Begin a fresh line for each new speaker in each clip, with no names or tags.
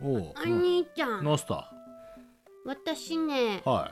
おう
お兄ちゃん
なした
私ね
は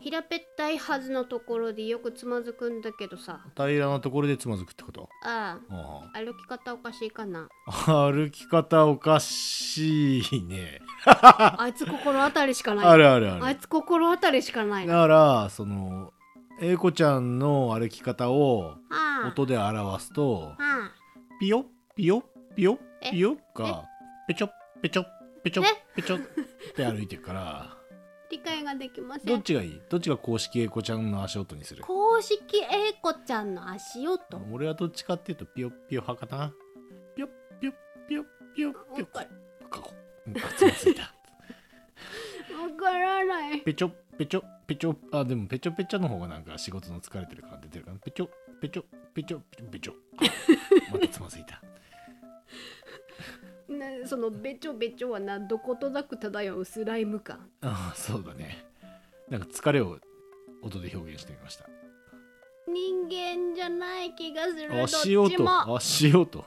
平べったいはずのところでよくつまずくんだけどさ
い平らなところでつまずくってこと
あ
あ
あ歩き方おかしいかな
あ 歩き方おかしいね
あいつ心当たりしかない
あるある
あ
あ
いつ心当たりしかない
る
な
だからその英子ちゃんの歩き方を
ああ
音で表すと
あ
ピヨッピヨッピヨッ
え
ピヨッがペチョッペチョッペチョッ
え
ペチョッって歩いてるから
理解ができませ
どっ
ん
ちがいいどっちが公式英子ちゃんの足音にする
公式英子ちゃんの足音
俺はどっちかっていうとピヨッピヨ派かなピヨッピヨッピヨッピヨッピヨッ
わかる
かこうんあつまついた
わからない
ペチョペチョペチョあでもペチョペチョの方がなんか仕事の疲れてる感出てるかなペチョペチョペチョペチョペチョまたつまずいた
なそのべちょべちょはなどことなく漂うスライム感
ああそうだねなんか疲れを音で表現してみました
人間じゃない気がするどっ
足
ちも
音足音